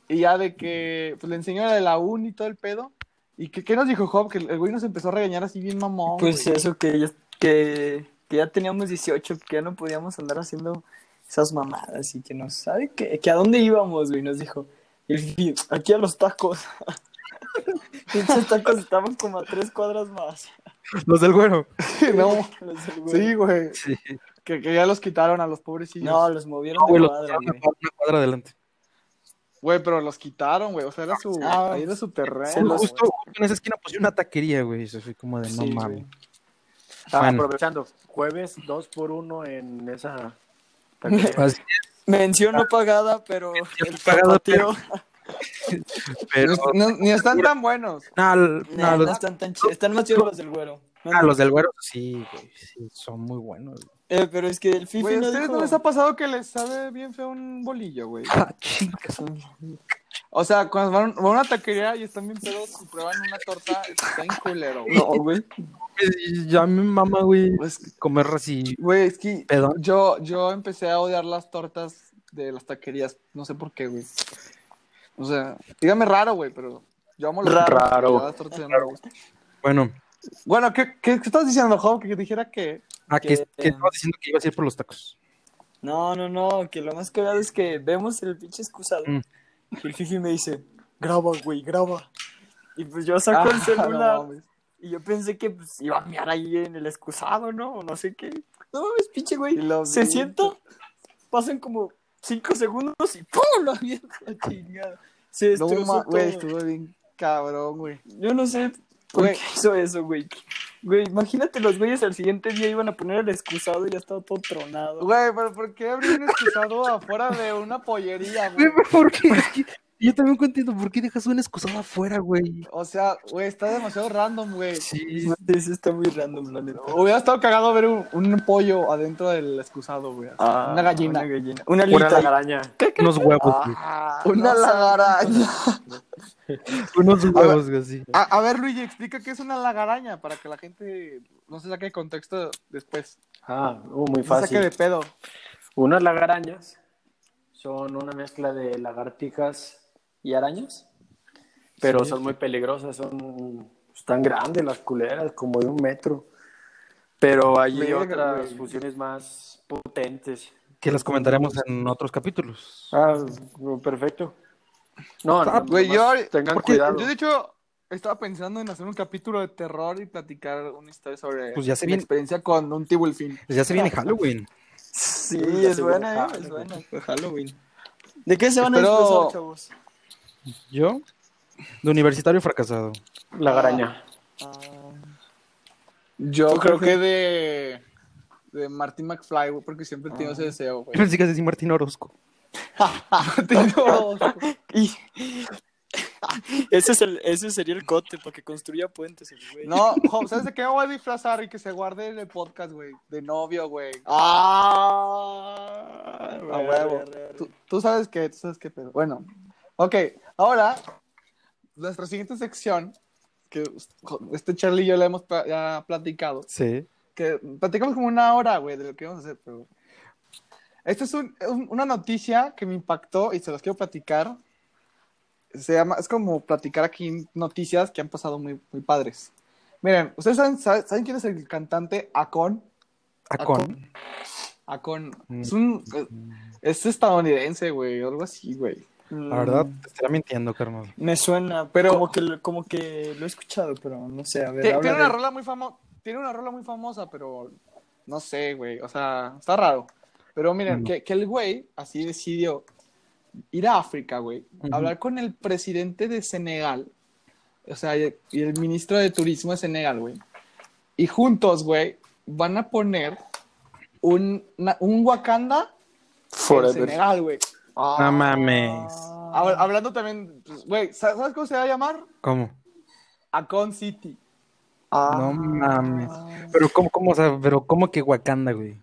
[SPEAKER 2] y ya de que pues, le enseñó la de la uni y todo el pedo. ¿Y qué, qué nos dijo Job? Que el güey nos empezó a regañar así bien mamón.
[SPEAKER 4] Pues
[SPEAKER 2] güey.
[SPEAKER 4] eso que ya, que, que ya teníamos 18, que ya no podíamos andar haciendo esas mamadas y que no sabe que, que a dónde íbamos, güey, nos dijo. Y el Fifi, aquí a los tacos. Pinches tacos estaban como a tres cuadras más.
[SPEAKER 3] Los del güero.
[SPEAKER 2] no,
[SPEAKER 4] Los del güey.
[SPEAKER 2] sí, güey.
[SPEAKER 3] Sí.
[SPEAKER 2] Que, que ya los quitaron a los pobrecillos.
[SPEAKER 4] No, los movieron de
[SPEAKER 3] los
[SPEAKER 4] cuadra,
[SPEAKER 3] una
[SPEAKER 4] güey.
[SPEAKER 3] cuadra adelante.
[SPEAKER 2] Güey, pero los quitaron, güey. O sea, era su,
[SPEAKER 4] Ah,
[SPEAKER 2] ahí era su terreno.
[SPEAKER 3] Eh,
[SPEAKER 4] se los-
[SPEAKER 3] Justo, justo en esa esquina pusieron una taquería, güey. Eso fue como de no
[SPEAKER 4] Sí,
[SPEAKER 3] mames.
[SPEAKER 4] güey.
[SPEAKER 1] Ah,
[SPEAKER 3] Bueno.
[SPEAKER 1] aprovechando, jueves 2 por 1 en esa.
[SPEAKER 3] Así,
[SPEAKER 4] Mención no pagada, pero el
[SPEAKER 3] pagada,
[SPEAKER 4] tío.
[SPEAKER 3] pero
[SPEAKER 2] No- no- ni están tan buenos.
[SPEAKER 3] no, l- no,
[SPEAKER 4] No,
[SPEAKER 3] los,
[SPEAKER 4] están tan chidos. Están más chidos los del güero.
[SPEAKER 3] ah, los del güero sí, güey, sí, son muy buenos. güey.
[SPEAKER 4] Eh, pero es que el Fifi
[SPEAKER 2] Güey, ¿a
[SPEAKER 4] no
[SPEAKER 2] ustedes
[SPEAKER 4] dijo...
[SPEAKER 2] no les ha pasado que les sabe bien feo un bolillo, güey? O sea, cuando van, van a una taquería y están bien pedos y prueban una torta, está en culero, güey.
[SPEAKER 4] No, güey.
[SPEAKER 3] Y Pues, Ya mi mamá, güey,
[SPEAKER 2] Pues,
[SPEAKER 3] comer así.
[SPEAKER 2] güey, es que
[SPEAKER 3] Perdón.
[SPEAKER 2] yo, yo empecé a odiar las tortas de las taquerías. No sé por qué, güey. O sea, dígame raro, güey, pero yo amo las
[SPEAKER 1] Raro.
[SPEAKER 2] Las tortas ya no me gustan.
[SPEAKER 3] Bueno,
[SPEAKER 2] Bueno, ¿qué, qué, qué estás diciendo, Job? Que dijera que...
[SPEAKER 3] ah, que,
[SPEAKER 4] Que-
[SPEAKER 3] que estaba diciendo que ibas a ir por los tacos.
[SPEAKER 4] No, no, no, que lo más cagado es que vemos el pinche excusado.
[SPEAKER 3] Mm.
[SPEAKER 4] Y el Fifi me dice, graba, güey, graba. Y pues yo saco
[SPEAKER 2] Ah,
[SPEAKER 4] el
[SPEAKER 2] no
[SPEAKER 4] celular
[SPEAKER 2] mames.
[SPEAKER 4] y yo pensé que pues, iba a mirar ahí en el excusado, ¿no? O no sé qué. No mames, pinche güey.
[SPEAKER 2] Y lo
[SPEAKER 4] Se
[SPEAKER 2] vi.
[SPEAKER 4] sienta, pasan como cinco segundos y ¡pum! Lo avienta la chingada. Se
[SPEAKER 2] No,
[SPEAKER 4] destrozó
[SPEAKER 2] ma- güey,
[SPEAKER 4] todo.
[SPEAKER 2] estuvo bien cabrón, güey.
[SPEAKER 4] Yo no sé por
[SPEAKER 2] Güey.
[SPEAKER 4] qué hizo eso, güey. Güey, imagínate los güeyes al siguiente día iban a poner el excusado y ya estaba todo tronado.
[SPEAKER 2] Güey, pero ¿por qué abrir un excusado afuera de una pollería, güey?
[SPEAKER 3] ¿por qué? Yo también entiendo por qué dejas una excusada afuera, güey.
[SPEAKER 2] O sea, güey, está demasiado random, güey.
[SPEAKER 3] Sí,
[SPEAKER 4] Sí, sí, está muy random, la neta.
[SPEAKER 2] Hubiera estado cagado ver un, un pollo adentro del excusado, güey.
[SPEAKER 4] Ah,
[SPEAKER 2] una gallina.
[SPEAKER 4] Una
[SPEAKER 2] Una,
[SPEAKER 4] gallina.
[SPEAKER 1] Una
[SPEAKER 4] Una alita.
[SPEAKER 1] lagaraña.
[SPEAKER 3] unos huevos,
[SPEAKER 2] Ah.
[SPEAKER 3] güey.
[SPEAKER 4] no
[SPEAKER 2] lagaraña.
[SPEAKER 3] Unos huevos, güey, sí.
[SPEAKER 2] A, a ver, Luigi, explica qué es una lagaraña para que la gente no se saque de contexto después.
[SPEAKER 1] Ah, uh, muy
[SPEAKER 2] No se saque de
[SPEAKER 1] fácil.
[SPEAKER 2] pedo.
[SPEAKER 1] Unas lagarañas son una mezcla de lagartijas y arañas, pero son muy peligrosas, son están grandes las culeras, como de un metro. Pero hay
[SPEAKER 2] Verga,
[SPEAKER 1] otras
[SPEAKER 2] güey.
[SPEAKER 1] fusiones más potentes.
[SPEAKER 3] Que las comentaremos en otros capítulos.
[SPEAKER 1] Ah, perfecto. No, no,
[SPEAKER 2] Ah, Güey, yo,
[SPEAKER 1] nomás tengan
[SPEAKER 2] porque
[SPEAKER 1] cuidado.
[SPEAKER 2] yo de hecho estaba pensando en hacer un capítulo de terror y platicar una historia sobre
[SPEAKER 3] Pues ya se
[SPEAKER 2] mi
[SPEAKER 3] viene.
[SPEAKER 2] experiencia con un tiburfín.
[SPEAKER 3] Pues ya se viene Halloween.
[SPEAKER 4] Sí,
[SPEAKER 1] Ya
[SPEAKER 4] es
[SPEAKER 1] se viene
[SPEAKER 4] buena, eh, es
[SPEAKER 1] Halloween.
[SPEAKER 4] buena. Fue Halloween. ¿De qué se van
[SPEAKER 2] Espero-
[SPEAKER 4] a disfrazar, chavos?
[SPEAKER 3] Yo, de universitario fracasado.
[SPEAKER 1] La garaña.
[SPEAKER 2] Yo
[SPEAKER 4] ¿Tú,
[SPEAKER 2] creo
[SPEAKER 4] Jorge?
[SPEAKER 2] que de, de Martín McFly, güey, porque siempre he tenido ese deseo, güey.
[SPEAKER 3] Pensé que ibas a decir Martín Orozco.
[SPEAKER 2] Tenido-
[SPEAKER 4] Y- ese, es el, ese sería el cote, para que construya puentes el güey.
[SPEAKER 2] No, jo, ¿sabes de qué me voy a disfrazar y que se guarde en el podcast, güey? De novio, güey.
[SPEAKER 4] ¡Ah!
[SPEAKER 2] A huevo. Tú, tú sabes qué, tú sabes qué pedo. Bueno, ok, ahora, nuestra siguiente sección, que jo, este Charlie y yo le hemos pla- ya platicado,
[SPEAKER 3] Sí.
[SPEAKER 2] que platicamos como una hora, güey, de lo que vamos a hacer, pero... Esta es un- un- una noticia que me impactó y se las quiero platicar. Se llama, es como platicar aquí noticias que han pasado muy, muy padres. Miren, ¿ustedes saben, saben, saben quién es el cantante Akon?
[SPEAKER 3] Acon.
[SPEAKER 2] Akon. Es un... Es estadounidense, güey, o algo así, güey.
[SPEAKER 3] La verdad, te estará mintiendo, carnal.
[SPEAKER 4] mm, Me suena, pero como que, lo- como que lo he escuchado, pero no sé. A ver,
[SPEAKER 2] Ti-
[SPEAKER 4] habla
[SPEAKER 2] Tiene una
[SPEAKER 4] de-
[SPEAKER 2] rola muy famosa, tiene una rola muy famosa, pero no sé, güey, o sea, está raro. Pero miren,
[SPEAKER 3] Mm.
[SPEAKER 2] que, que el güey así decidió ir a África, güey,
[SPEAKER 3] Ujú.
[SPEAKER 2] hablar con el presidente de Senegal, o sea, y y el ministro de Turismo de Senegal, güey. Y juntos, güey, van a poner un, una- un Wakanda en
[SPEAKER 1] Forever.
[SPEAKER 2] Senegal, güey. Ah.
[SPEAKER 3] No mames.
[SPEAKER 2] Hab- Hablando también, pues, güey, ¿sa- ¿sabes cómo se va a llamar?
[SPEAKER 3] ¿Cómo?
[SPEAKER 2] Acon City.
[SPEAKER 3] No mames. Pero cómo, cómo, o sea, pero cómo que Wakanda, güey.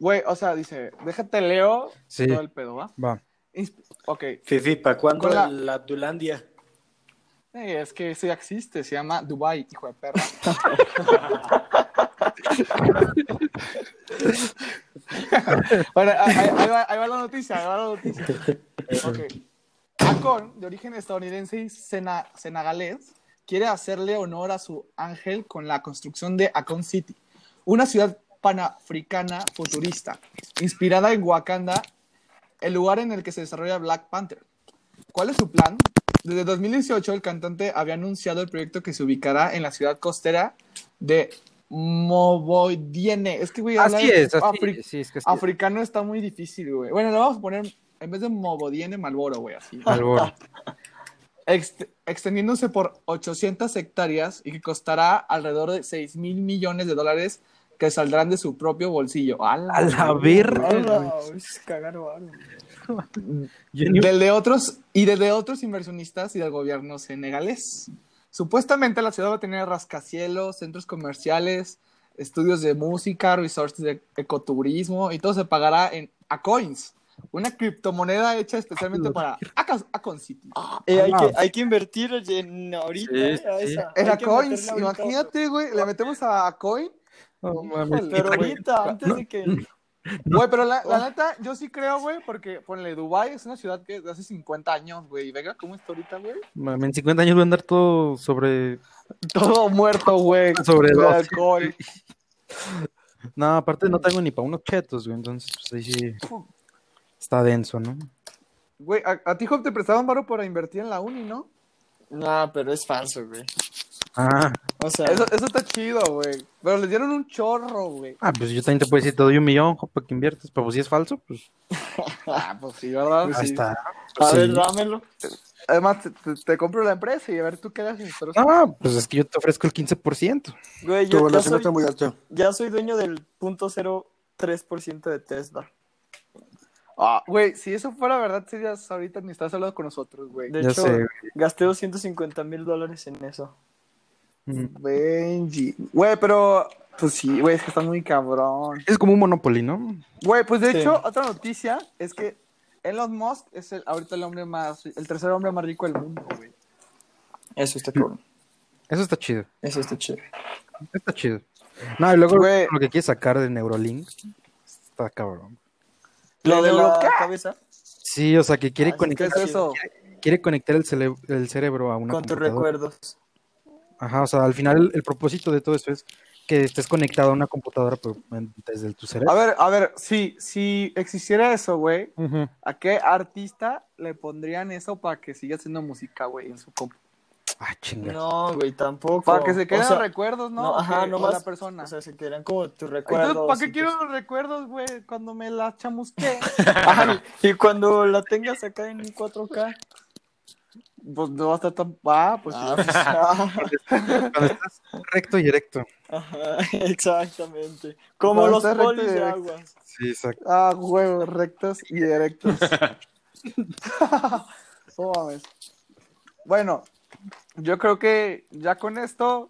[SPEAKER 2] Güey, o sea, dice, déjate leo
[SPEAKER 3] Sí.
[SPEAKER 2] todo el pedo, ¿va?
[SPEAKER 3] Va.
[SPEAKER 2] Ins- Ok, Eh,
[SPEAKER 1] Fifi, ¿para cuándo
[SPEAKER 2] Con la-
[SPEAKER 1] la Dulandia?
[SPEAKER 2] es que eso ya existe, se llama Dubai, hijo de perra. Bueno, ahí, ahí va, ahí va la noticia, ahí va la noticia. Ok. Akon, de origen estadounidense y sena- senegalés, quiere hacerle honor a su ángel con la construcción de Akon City, una ciudad panafricana futurista, inspirada en Wakanda, el lugar en el que se desarrolla Black Panther. ¿Cuál es su plan? Desde 2018 el cantante había anunciado el proyecto que se ubicará en la ciudad costera de Mobodiene. Es que, güey, hablar
[SPEAKER 3] Así es, así
[SPEAKER 2] afri-
[SPEAKER 3] es, sí, es que así es.
[SPEAKER 2] africano está muy difícil, güey. Bueno, le vamos a poner, en vez de Mobodiene, Malboro, güey, así.
[SPEAKER 3] Albor.
[SPEAKER 2] Ext- extendiéndose por 800 hectáreas y que costará alrededor de 6 mil millones de dólares que saldrán de su propio bolsillo.
[SPEAKER 3] A la verga.
[SPEAKER 4] Hola, es cagar varo.
[SPEAKER 3] Yo ni-
[SPEAKER 2] Del de otros, y desde otros inversionistas y del gobierno senegalés. Supuestamente la ciudad va a tener rascacielos, centros comerciales, estudios de música, resorts de ecoturismo y todo se pagará en Acoins, una criptomoneda hecha especialmente para Acas- Acon City.
[SPEAKER 4] Eh, hay,
[SPEAKER 3] Ah.
[SPEAKER 4] que, hay que invertir en ahorita.
[SPEAKER 3] Sí,
[SPEAKER 4] eh, a
[SPEAKER 3] sí.
[SPEAKER 4] esa.
[SPEAKER 2] En
[SPEAKER 4] Hay que
[SPEAKER 2] Acoins,
[SPEAKER 4] meterla ahorita.
[SPEAKER 2] imagínate, güey, le metemos a Acoin
[SPEAKER 3] No mames,
[SPEAKER 2] Híjole,
[SPEAKER 4] Pero
[SPEAKER 3] quita-
[SPEAKER 4] ahorita, antes de que.
[SPEAKER 2] Güey, pero la, la neta, yo sí creo, güey, porque ponle, Dubái es una ciudad que de hace 50 años, güey. Y venga, ¿cómo está ahorita, güey?
[SPEAKER 3] mames, en 50 años voy a andar todo sobre.
[SPEAKER 2] Todo muerto, güey.
[SPEAKER 3] Sobre
[SPEAKER 2] de
[SPEAKER 3] dos.
[SPEAKER 2] alcohol.
[SPEAKER 3] No, aparte no tengo ni para unos chetos, güey. Entonces, pues ahí sí. Está denso, ¿no?
[SPEAKER 2] Güey, a, a ti, Job, te prestaban varo para invertir en la uni, ¿no?
[SPEAKER 4] No, pero es falso, güey.
[SPEAKER 3] Ah,
[SPEAKER 4] O sea,
[SPEAKER 2] Eso, eso está chido, güey. Pero les dieron un chorro, güey.
[SPEAKER 3] ah, pues yo también te puedo decir, te doy un millón jo, para que inviertas. Pero pues si es falso, pues
[SPEAKER 2] Ah, pues sí, ¿verdad?
[SPEAKER 3] ahí
[SPEAKER 2] Sí.
[SPEAKER 3] está.
[SPEAKER 4] a
[SPEAKER 3] sí.
[SPEAKER 4] ver, dámelo.
[SPEAKER 2] Además, te, te- te compro la empresa y a ver tú qué haces. Pero...
[SPEAKER 3] No, pues es que yo te ofrezco el 15%.
[SPEAKER 4] Güey,
[SPEAKER 1] Tu
[SPEAKER 4] yo ya
[SPEAKER 1] evaluación
[SPEAKER 4] soy,
[SPEAKER 1] está muy alta.
[SPEAKER 4] ya soy dueño del punto cero tres por ciento de Tesla.
[SPEAKER 2] Ah, Güey, si eso fuera verdad, serías ahorita ni estás hablando con nosotros, güey.
[SPEAKER 4] De
[SPEAKER 3] Ya
[SPEAKER 4] hecho,
[SPEAKER 3] sé, güey.
[SPEAKER 4] gasté 250 mil dólares en eso.
[SPEAKER 3] Mm.
[SPEAKER 2] Benji. Güey, pero... Pues sí, güey, es que está muy cabrón.
[SPEAKER 3] Es como un Monopoly, ¿no?
[SPEAKER 2] Güey, pues de
[SPEAKER 4] Sí.
[SPEAKER 2] hecho, otra noticia es que Elon Musk es el, ahorita el hombre más, el tercer hombre más rico del mundo, güey.
[SPEAKER 4] Eso está cool.
[SPEAKER 3] Eso está chido.
[SPEAKER 4] Eso está chido.
[SPEAKER 3] Está chido. No, y luego
[SPEAKER 2] Güey.
[SPEAKER 3] lo que quieres sacar de Neurolink está cabrón.
[SPEAKER 4] ¿Lo de
[SPEAKER 2] ¿Lo
[SPEAKER 4] la
[SPEAKER 2] qué?
[SPEAKER 4] cabeza?
[SPEAKER 3] Sí, o sea, que quiere,
[SPEAKER 4] Ah,
[SPEAKER 2] ¿Qué
[SPEAKER 4] sí,
[SPEAKER 3] conectar,
[SPEAKER 2] es eso?
[SPEAKER 3] quiere conectar el, cele- el cerebro a una
[SPEAKER 4] Con tus
[SPEAKER 3] computadora.
[SPEAKER 4] recuerdos.
[SPEAKER 3] Ajá, o sea, al final el, el propósito de todo esto es que estés conectado a una computadora pero, en- desde tu cerebro.
[SPEAKER 2] A ver, a ver, si, si existiera eso, güey,
[SPEAKER 3] Ujú.
[SPEAKER 2] ¿a qué artista le pondrían eso para que siga haciendo música, güey, en su compu?
[SPEAKER 3] Ah, chinga.
[SPEAKER 4] No, güey, tampoco.
[SPEAKER 2] Para que se
[SPEAKER 4] O
[SPEAKER 2] queden
[SPEAKER 4] sea,
[SPEAKER 2] recuerdos, ¿no?
[SPEAKER 4] no,
[SPEAKER 2] ¿O
[SPEAKER 4] ajá,
[SPEAKER 2] qué?
[SPEAKER 4] no
[SPEAKER 2] O
[SPEAKER 4] más-
[SPEAKER 2] la persona.
[SPEAKER 4] O sea, se quedan como tus recuerdos.
[SPEAKER 2] Entonces, ¿para qué
[SPEAKER 4] y
[SPEAKER 2] quiero
[SPEAKER 4] tus-
[SPEAKER 2] los recuerdos, güey? Cuando me la chamusqué.
[SPEAKER 4] Ajá, y cuando la tengas acá en 4K.
[SPEAKER 2] pues no va a estar tan... Ah, pues sí.
[SPEAKER 4] Ah, pues, ah,
[SPEAKER 3] Cuando estás recto y erecto.
[SPEAKER 4] ajá, exactamente. Como
[SPEAKER 2] No,
[SPEAKER 4] los
[SPEAKER 2] está recto y
[SPEAKER 4] polis de
[SPEAKER 2] directo.
[SPEAKER 4] agua.
[SPEAKER 3] Sí, exacto.
[SPEAKER 2] Ah, huevos, rectos y directos. No mames. Bueno, yo creo que ya con esto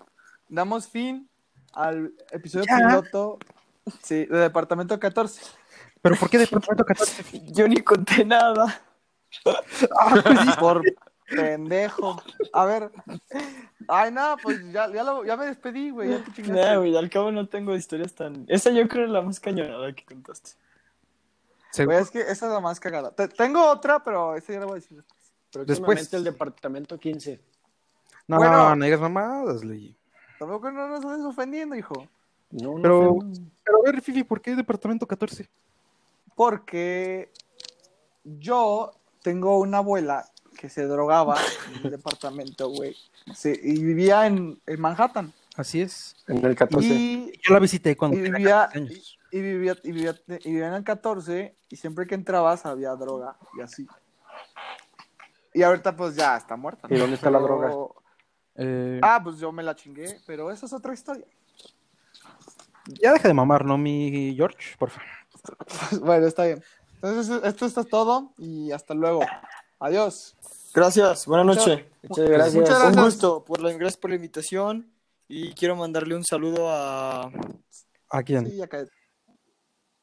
[SPEAKER 2] damos fin al episodio
[SPEAKER 3] Ya.
[SPEAKER 2] piloto sí, de Departamento 14.
[SPEAKER 3] Pero ¿por qué de pronto me toca tanto?
[SPEAKER 4] Yo ni conté nada.
[SPEAKER 2] Por pendejo. A ver. Ay, nada, pues ya, ya, lo- ya me despedí, güey. Ya te chingaste.
[SPEAKER 4] Nah, güey, al cabo no tengo historias tan. Esa yo creo es la más cañonada que contaste.
[SPEAKER 2] Güey,
[SPEAKER 3] Seguro.
[SPEAKER 2] es que esa es la más cagada. Te- tengo otra, pero esa ya la voy a decir.
[SPEAKER 1] Próximamente
[SPEAKER 3] Después.
[SPEAKER 1] el departamento 15.
[SPEAKER 3] No,
[SPEAKER 2] bueno.
[SPEAKER 3] no, no digas mamadas, Luigi.
[SPEAKER 2] Tampoco no nos estés ofendiendo, hijo.
[SPEAKER 1] No, no,
[SPEAKER 3] Pero-
[SPEAKER 1] no.
[SPEAKER 3] Pero a ver, Fifi, ¿por qué departamento 14?
[SPEAKER 2] Porque yo tengo una abuela que se drogaba en el departamento, güey. Sí, y vivía en, en Manhattan.
[SPEAKER 3] Así es.
[SPEAKER 1] En el 14.
[SPEAKER 2] Y,
[SPEAKER 3] Yo la visité cuando
[SPEAKER 2] y
[SPEAKER 3] tenía
[SPEAKER 2] vivía,
[SPEAKER 3] 14
[SPEAKER 2] y,
[SPEAKER 3] años.
[SPEAKER 2] y vivía, y, vivía, y vivía en el 14 y siempre que entrabas había droga y así. Y ahorita pues ya está muerta.
[SPEAKER 1] ¿Y dónde está la droga?
[SPEAKER 3] Eh,
[SPEAKER 2] Ah, pues yo me la chingué, pero esa es otra historia.
[SPEAKER 3] ya deja de mamar, ¿no, mi George? Por favor.
[SPEAKER 2] Pues, bueno, está bien. Entonces esto está todo y hasta luego. Adiós.
[SPEAKER 4] Gracias, buenas noches.
[SPEAKER 1] Muchas gracias.
[SPEAKER 2] Muchas gracias.
[SPEAKER 4] Un gusto por la gracias por la invitación y quiero mandarle un saludo a
[SPEAKER 3] ¿A quién?
[SPEAKER 2] Sí, ya cállate.